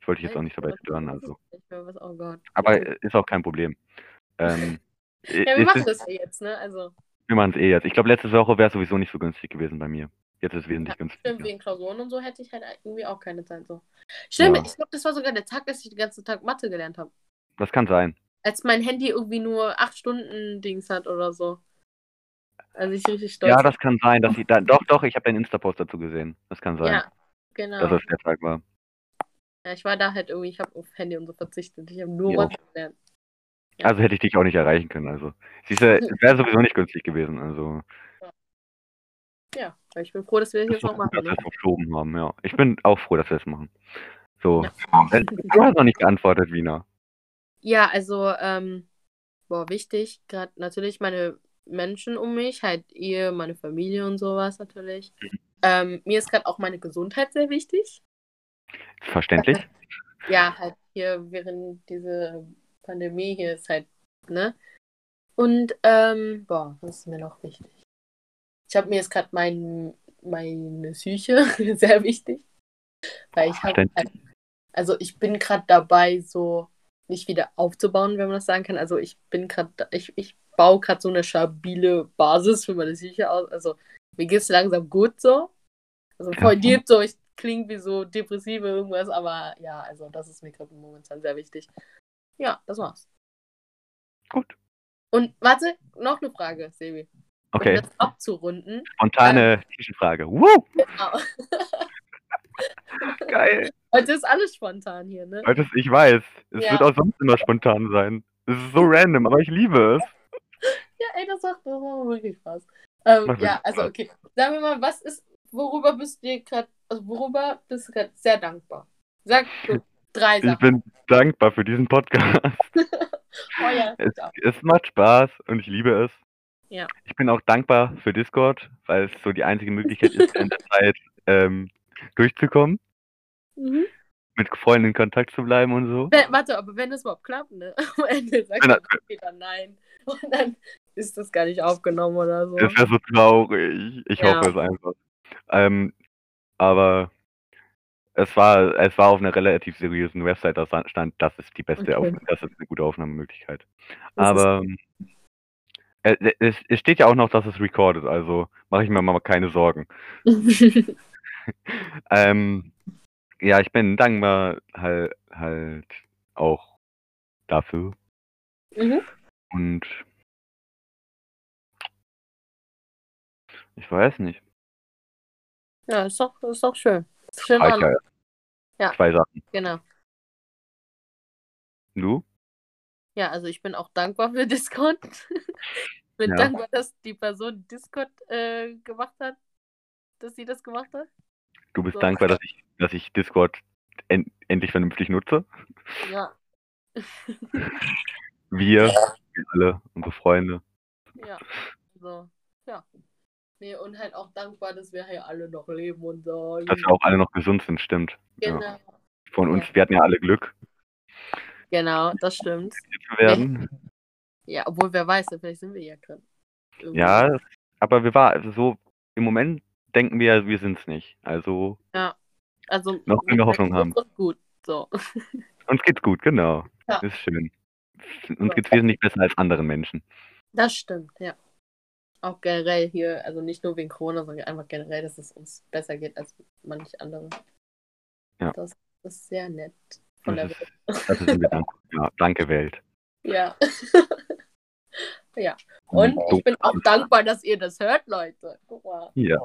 Speaker 1: ich wollte dich jetzt auch nicht dabei stören. Also.
Speaker 2: Ich glaub, was, oh Gott.
Speaker 1: Aber
Speaker 2: ja,
Speaker 1: äh, ist auch kein Problem. Ähm,
Speaker 2: wir machen das ja jetzt, ne? Also,
Speaker 1: Wir machen es eh jetzt. Ich glaube, letzte Woche wäre es sowieso nicht so günstig gewesen bei mir. Jetzt ist es wesentlich günstiger.
Speaker 2: stimmt, wegen Klausuren und so hätte ich halt irgendwie auch keine Zeit so. Stimmt,
Speaker 1: Ja.
Speaker 2: ich glaube, das war sogar der Tag, dass ich den ganzen Tag Mathe gelernt habe.
Speaker 1: Das kann sein.
Speaker 2: Als mein Handy irgendwie nur acht Stunden Dings hat oder so. Also ich richtig stolz.
Speaker 1: Ja, das kann sein, dass ich da, doch, doch, ich habe deinen Insta-Post dazu gesehen. Das kann sein,
Speaker 2: Oh. Ja, genau.
Speaker 1: dass das der Tag war.
Speaker 2: ja, ich war da halt irgendwie, ich habe auf Handy und so verzichtet. Ich habe nur
Speaker 1: Ja.
Speaker 2: Mathe gelernt. Ja.
Speaker 1: Also hätte ich dich auch nicht erreichen können. Also, siehst du, es wäre sowieso nicht günstig gewesen. Also,
Speaker 2: Ja, weil ich bin froh, dass wir das
Speaker 1: dass
Speaker 2: jetzt noch machen.
Speaker 1: wir
Speaker 2: Ne?
Speaker 1: es verschoben haben, ja. Ich bin auch froh, dass wir es machen. So.
Speaker 2: Ja.
Speaker 1: Äh, Du hast noch nicht geantwortet, Wiener.
Speaker 2: Ja, also, ähm, boah, wichtig, gerade natürlich meine Menschen um mich, halt ihr, meine Familie und sowas natürlich. Ähm, mir ist gerade auch meine Gesundheit sehr wichtig.
Speaker 1: Verständlich.
Speaker 2: Ja, halt hier während dieser Pandemie hier ist halt, ne? Und, ähm, boah, was ist mir noch wichtig? Ich habe mir jetzt gerade mein, meine Psyche sehr wichtig, weil ich habe,
Speaker 1: Verständlich.
Speaker 2: also ich bin gerade dabei, so nicht wieder aufzubauen, wenn man das sagen kann. Also ich bin gerade, ich, ich baue gerade so eine stabile Basis für meine Psyche aus. Also mir geht's langsam gut so. Also voll
Speaker 1: Ja.
Speaker 2: deep so, ich klinge wie so depressive irgendwas, aber ja, also das ist mir gerade momentan sehr wichtig. Ja, das war's.
Speaker 1: Gut.
Speaker 2: Und warte, noch eine Frage, Sebi.
Speaker 1: Okay.
Speaker 2: Um das abzurunden. ähm,
Speaker 1: Spontane Zwischenfrage. Wow,
Speaker 2: Genau.
Speaker 1: geil.
Speaker 2: Heute ist alles spontan hier, ne?
Speaker 1: Alter, ich weiß. Es
Speaker 2: Ja.
Speaker 1: wird auch sonst immer spontan sein. Es ist so random, aber ich liebe es.
Speaker 2: Ja, ey, das macht, das macht wirklich Spaß. Ähm,
Speaker 1: Macht
Speaker 2: ja,
Speaker 1: wirklich
Speaker 2: also
Speaker 1: Spaß.
Speaker 2: okay. Sagen wir mal, was ist, worüber bist du dir gerade, also worüber bist du gerade sehr dankbar? Sag so drei
Speaker 1: Ich
Speaker 2: Sachen.
Speaker 1: bin dankbar für diesen Podcast.
Speaker 2: Oh ja,
Speaker 1: Es,
Speaker 2: gut, auch.
Speaker 1: es macht Spaß und ich liebe es.
Speaker 2: Ja.
Speaker 1: Ich bin auch dankbar für Discord, weil es so die einzige Möglichkeit ist, in der Zeit ähm, durchzukommen,
Speaker 2: Mhm.
Speaker 1: mit Freunden in Kontakt zu bleiben und so.
Speaker 2: Wenn, warte, aber wenn das überhaupt klappt, ne? Am Ende sagst
Speaker 1: Genau.
Speaker 2: du wieder nein. Und dann ist das gar nicht aufgenommen oder so.
Speaker 1: Das wäre so traurig. Ich
Speaker 2: Ja.
Speaker 1: hoffe es einfach. Ähm, aber es war, es war auf einer relativ seriösen Website, da stand, das ist die beste,
Speaker 2: Okay.
Speaker 1: Aufnahme, das ist eine gute Aufnahmemöglichkeit.
Speaker 2: Das ist-
Speaker 1: Aber ähm, äh, es, es steht ja auch noch, dass es recorded, also mache ich mir mal keine Sorgen. Ähm, ja, ich bin dankbar halt, halt auch dafür
Speaker 2: mhm.
Speaker 1: und ich weiß nicht.
Speaker 2: Ja, ist doch, ist doch schön. Schön
Speaker 1: Ah, ich,
Speaker 2: an, Ja.
Speaker 1: ja. Zwei Sachen.
Speaker 2: genau.
Speaker 1: Du?
Speaker 2: Ja, also ich bin auch dankbar für Discord. Ich bin
Speaker 1: Ja.
Speaker 2: dankbar, dass die Person Discord äh, gemacht hat, dass sie das gemacht hat.
Speaker 1: Du bist
Speaker 2: So.
Speaker 1: dankbar, dass ich, dass ich Discord en endlich vernünftig nutze.
Speaker 2: Ja,
Speaker 1: Wir, wir alle, unsere Freunde.
Speaker 2: ja. So, ja. Nee, und halt auch dankbar, dass wir hier alle noch leben und so.
Speaker 1: Dass wir auch alle noch gesund sind, stimmt.
Speaker 2: genau.
Speaker 1: Von uns, wir hatten ja alle Glück,
Speaker 2: genau, das stimmt.
Speaker 1: hier zu werden.
Speaker 2: Ja, obwohl wer weiß, vielleicht sind wir ja gerade. Irgendwie.
Speaker 1: Ja, das- aber wir waren also so, im Moment denken wir ja, wir sind es nicht. Also
Speaker 2: also
Speaker 1: noch können wir Hoffnung haben.
Speaker 2: Und gut, so.
Speaker 1: uns geht's gut, genau.
Speaker 2: Ja.
Speaker 1: Ist schön.
Speaker 2: Ja.
Speaker 1: Uns geht's wesentlich besser als anderen Menschen.
Speaker 2: Das stimmt, ja. Auch generell hier, also nicht nur wegen Corona, sondern einfach generell, dass es uns besser geht als manch andere.
Speaker 1: Ja.
Speaker 2: Das ist sehr nett von der
Speaker 1: Das
Speaker 2: Welt.
Speaker 1: ist, das sind wir dankbar. Ja, danke Welt.
Speaker 2: Ja. ja. Und ich bin auch dankbar, dass ihr das hört, Leute. Guck mal.
Speaker 1: Ja.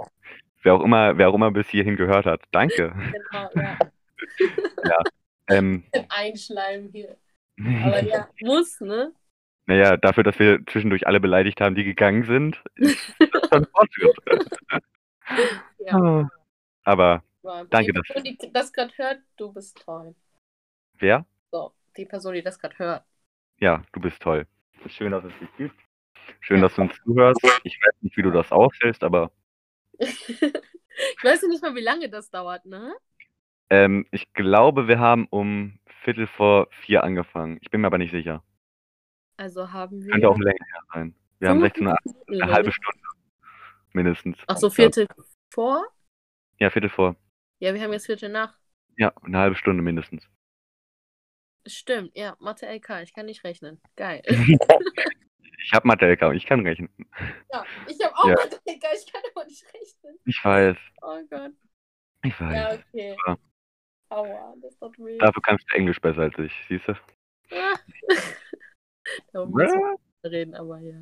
Speaker 1: Wer auch immer, wer auch immer bis hierhin gehört hat. Danke.
Speaker 2: Genau, ja.
Speaker 1: Ähm,
Speaker 2: Einschleimen hier. Aber ja, muss, ne?
Speaker 1: naja, dafür, dass wir zwischendurch alle beleidigt haben, die gegangen sind, ist das schon ein Fortschritt.
Speaker 2: Ja.
Speaker 1: Aber
Speaker 2: aber
Speaker 1: Danke,
Speaker 2: Die Person, die das gerade hört, du bist toll.
Speaker 1: wer?
Speaker 2: So, die Person, die das gerade hört.
Speaker 1: Ja, du bist toll. Schön, dass es dich gibt. Schön, dass du uns zuhörst. Ich weiß nicht, wie du das aushältst, aber
Speaker 2: ich weiß ja nicht mal, wie lange das dauert, ne?
Speaker 1: ähm, ich glaube, wir haben um Viertel vor vier angefangen. Ich bin mir aber nicht sicher.
Speaker 2: Also haben wir.
Speaker 1: Könnte auch länger her sein. Wir haben 16 Uhr,
Speaker 2: Minuten,
Speaker 1: eine
Speaker 2: glaub
Speaker 1: halbe
Speaker 2: ich.
Speaker 1: Stunde mindestens.
Speaker 2: Ach so, Viertel vor?
Speaker 1: Ja, Viertel vor.
Speaker 2: Ja, wir haben jetzt Viertel nach.
Speaker 1: Ja, eine halbe Stunde mindestens.
Speaker 2: Stimmt, ja, Mathe LK, ich kann nicht rechnen. Geil.
Speaker 1: Ich habe Mathe LK und ich kann rechnen.
Speaker 2: Ja, ich habe auch
Speaker 1: Ja.
Speaker 2: Mathe LK, ich kann aber nicht rechnen.
Speaker 1: Ich weiß.
Speaker 2: Oh Gott.
Speaker 1: Ich weiß.
Speaker 2: Ja, okay.
Speaker 1: Ja.
Speaker 2: Aua, das tut weh.
Speaker 1: Dafür kannst du Englisch besser als ich, siehst du?
Speaker 2: Ah. Darum muss ich nicht reden, aber ja.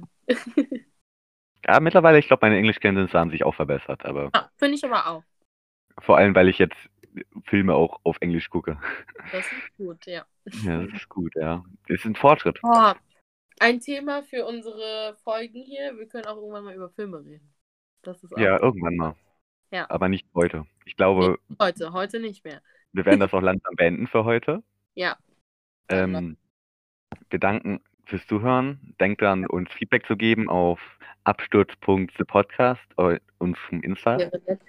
Speaker 1: Ja, mittlerweile, ich glaube, meine Englischkenntnisse haben sich auch verbessert, aber
Speaker 2: Ah, Finde ich aber auch.
Speaker 1: vor allem, weil ich jetzt Filme auch auf Englisch gucke.
Speaker 2: Das ist gut, ja.
Speaker 1: Ja, das ist gut, ja. Ist ein Fortschritt.
Speaker 2: Oh, ein Thema für unsere Folgen hier. Wir können auch irgendwann mal über Filme reden. Das ist auch
Speaker 1: Ja, irgendwann mal.
Speaker 2: Ja.
Speaker 1: Aber nicht heute. Ich glaube,
Speaker 2: heute, heute nicht mehr.
Speaker 1: wir werden das auch langsam beenden für heute.
Speaker 2: Ja.
Speaker 1: Ähm, Gedanken fürs Zuhören. Denkt dran, uns Feedback zu geben auf absturz.thepodcast äh, und vom Insta.
Speaker 2: Wäre, nett.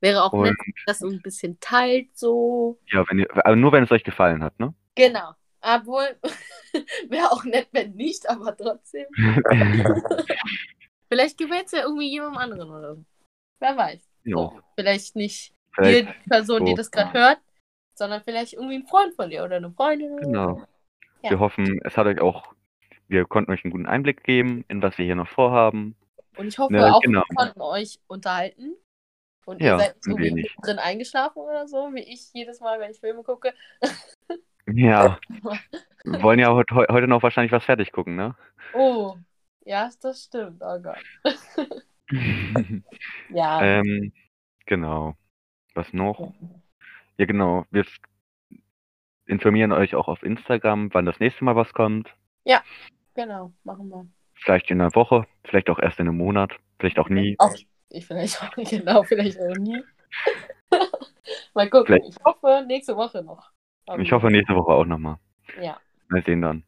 Speaker 2: Wäre auch
Speaker 1: Und
Speaker 2: nett, dass ihr ein bisschen teilt so.
Speaker 1: ja, wenn ihr, aber nur wenn es euch gefallen hat, ne?
Speaker 2: Genau. Obwohl, wäre auch nett, wenn nicht, aber trotzdem. Vielleicht gefällt es ja irgendwie jemandem anderen oder so. Wer weiß.
Speaker 1: ja,
Speaker 2: So, vielleicht nicht
Speaker 1: vielleicht.
Speaker 2: jede Person, die
Speaker 1: so.
Speaker 2: das gerade hört, sondern vielleicht irgendwie ein Freund von dir oder eine Freundin. oder so.
Speaker 1: Genau.
Speaker 2: Ja.
Speaker 1: Wir hoffen, es hat euch auch, wir konnten euch einen guten Einblick geben, in was wir hier noch vorhaben.
Speaker 2: Und ich hoffe,
Speaker 1: Ja,
Speaker 2: auch
Speaker 1: genau.
Speaker 2: wir konnten euch unterhalten. Und
Speaker 1: Ja,
Speaker 2: ihr seid nicht
Speaker 1: ein
Speaker 2: irgendwie
Speaker 1: wenig.
Speaker 2: drin eingeschlafen oder so, wie ich jedes Mal, wenn ich Filme gucke.
Speaker 1: Ja. Wir wollen ja heut, heu- heute noch wahrscheinlich was fertig gucken, ne?
Speaker 2: Oh, ja, das stimmt. Oh Gott. Ja.
Speaker 1: ähm, genau. Was noch? Ja, genau. Wir s- informieren euch auch auf Instagram, wann das nächste Mal was kommt.
Speaker 2: Genau, machen wir.
Speaker 1: Vielleicht in einer Woche, vielleicht auch erst in einem Monat, vielleicht auch nie.
Speaker 2: Auch, ich vielleicht auch nicht, genau, vielleicht auch nie. Mal gucken,
Speaker 1: Vielleicht-
Speaker 2: ich hoffe nächste Woche noch. Aber-
Speaker 1: Ich hoffe nächste Woche auch nochmal.
Speaker 2: Ja.
Speaker 1: Mal sehen dann.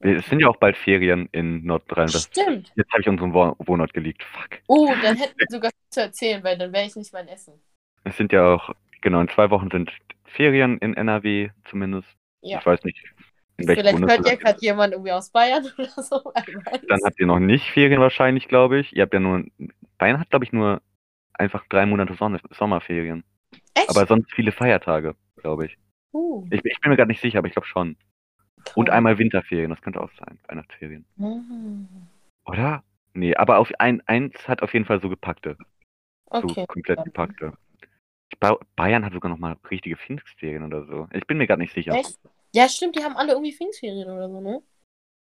Speaker 1: Wir- Es sind ja auch bald Ferien in Nordrhein-Westfalen.
Speaker 2: Stimmt.
Speaker 1: Jetzt habe ich unseren Wohn- Wohnort geleakt. Fuck.
Speaker 2: Oh, dann hätten wir sogar zu erzählen, weil dann wäre ich nicht mein Essen.
Speaker 1: Es sind ja auch, genau, in zwei Wochen sind Ferien in NRW zumindest.
Speaker 2: Ja.
Speaker 1: Ich weiß nicht, in welchem
Speaker 2: vielleicht hört ja
Speaker 1: Bundesland.
Speaker 2: gerade jemand irgendwie aus Bayern oder so. wer weiß.
Speaker 1: Dann habt ihr noch nicht Ferien wahrscheinlich, glaube ich. Ihr habt ja nur, Bayern hat, glaube ich, nur einfach drei Monate Sonne, Sommerferien.
Speaker 2: Echt?
Speaker 1: Aber sonst viele Feiertage, glaube ich.
Speaker 2: Uh,
Speaker 1: ich. Ich bin mir gerade nicht sicher, aber ich glaube schon. Und
Speaker 2: toll.
Speaker 1: einmal Winterferien, das könnte auch sein, Weihnachtsferien.
Speaker 2: Mhm.
Speaker 1: Oder? Nee, aber auf ein, eins hat auf jeden Fall so gepackte, so
Speaker 2: Okay.
Speaker 1: komplett
Speaker 2: dann.
Speaker 1: gepackte. Ich glaub, Bayern hat sogar noch mal richtige Pfingstferien oder so. Ich bin mir gerade nicht sicher.
Speaker 2: Echt? Ja, stimmt, die haben alle irgendwie Pfingstferien oder so, ne?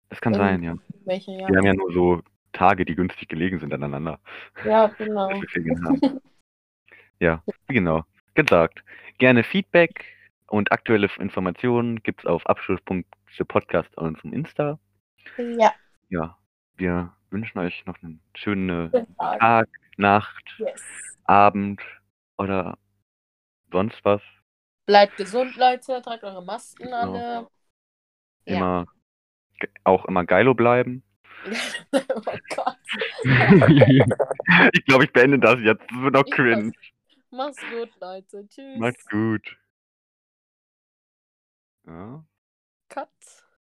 Speaker 1: Das kann
Speaker 2: Ähm,
Speaker 1: sein, ja.
Speaker 2: Welche, ja.
Speaker 1: Die haben ja nur so Tage, die günstig gelegen sind aneinander.
Speaker 2: Ja, genau.
Speaker 1: dass wir Ferien haben. ja, genau. Gesagt. Gerne Feedback und aktuelle Informationen gibt's auf Abschluss.podcast und unserem Insta.
Speaker 2: Ja,
Speaker 1: Ja, wir wünschen euch noch einen schönen
Speaker 2: guten Tag.
Speaker 1: Tag, Nacht,
Speaker 2: Yes.
Speaker 1: Abend oder sonst was.
Speaker 2: Bleibt gesund, Leute. Tragt eure Masken
Speaker 1: Genau.
Speaker 2: alle. Ja.
Speaker 1: Immer ge- auch immer geilo bleiben.
Speaker 2: oh Gott.
Speaker 1: ich glaube, ich beende das jetzt. Das wird auch
Speaker 2: Ich
Speaker 1: cringe.
Speaker 2: Mach's gut, Leute. Tschüss.
Speaker 1: Macht's gut. Ja.
Speaker 2: Cut.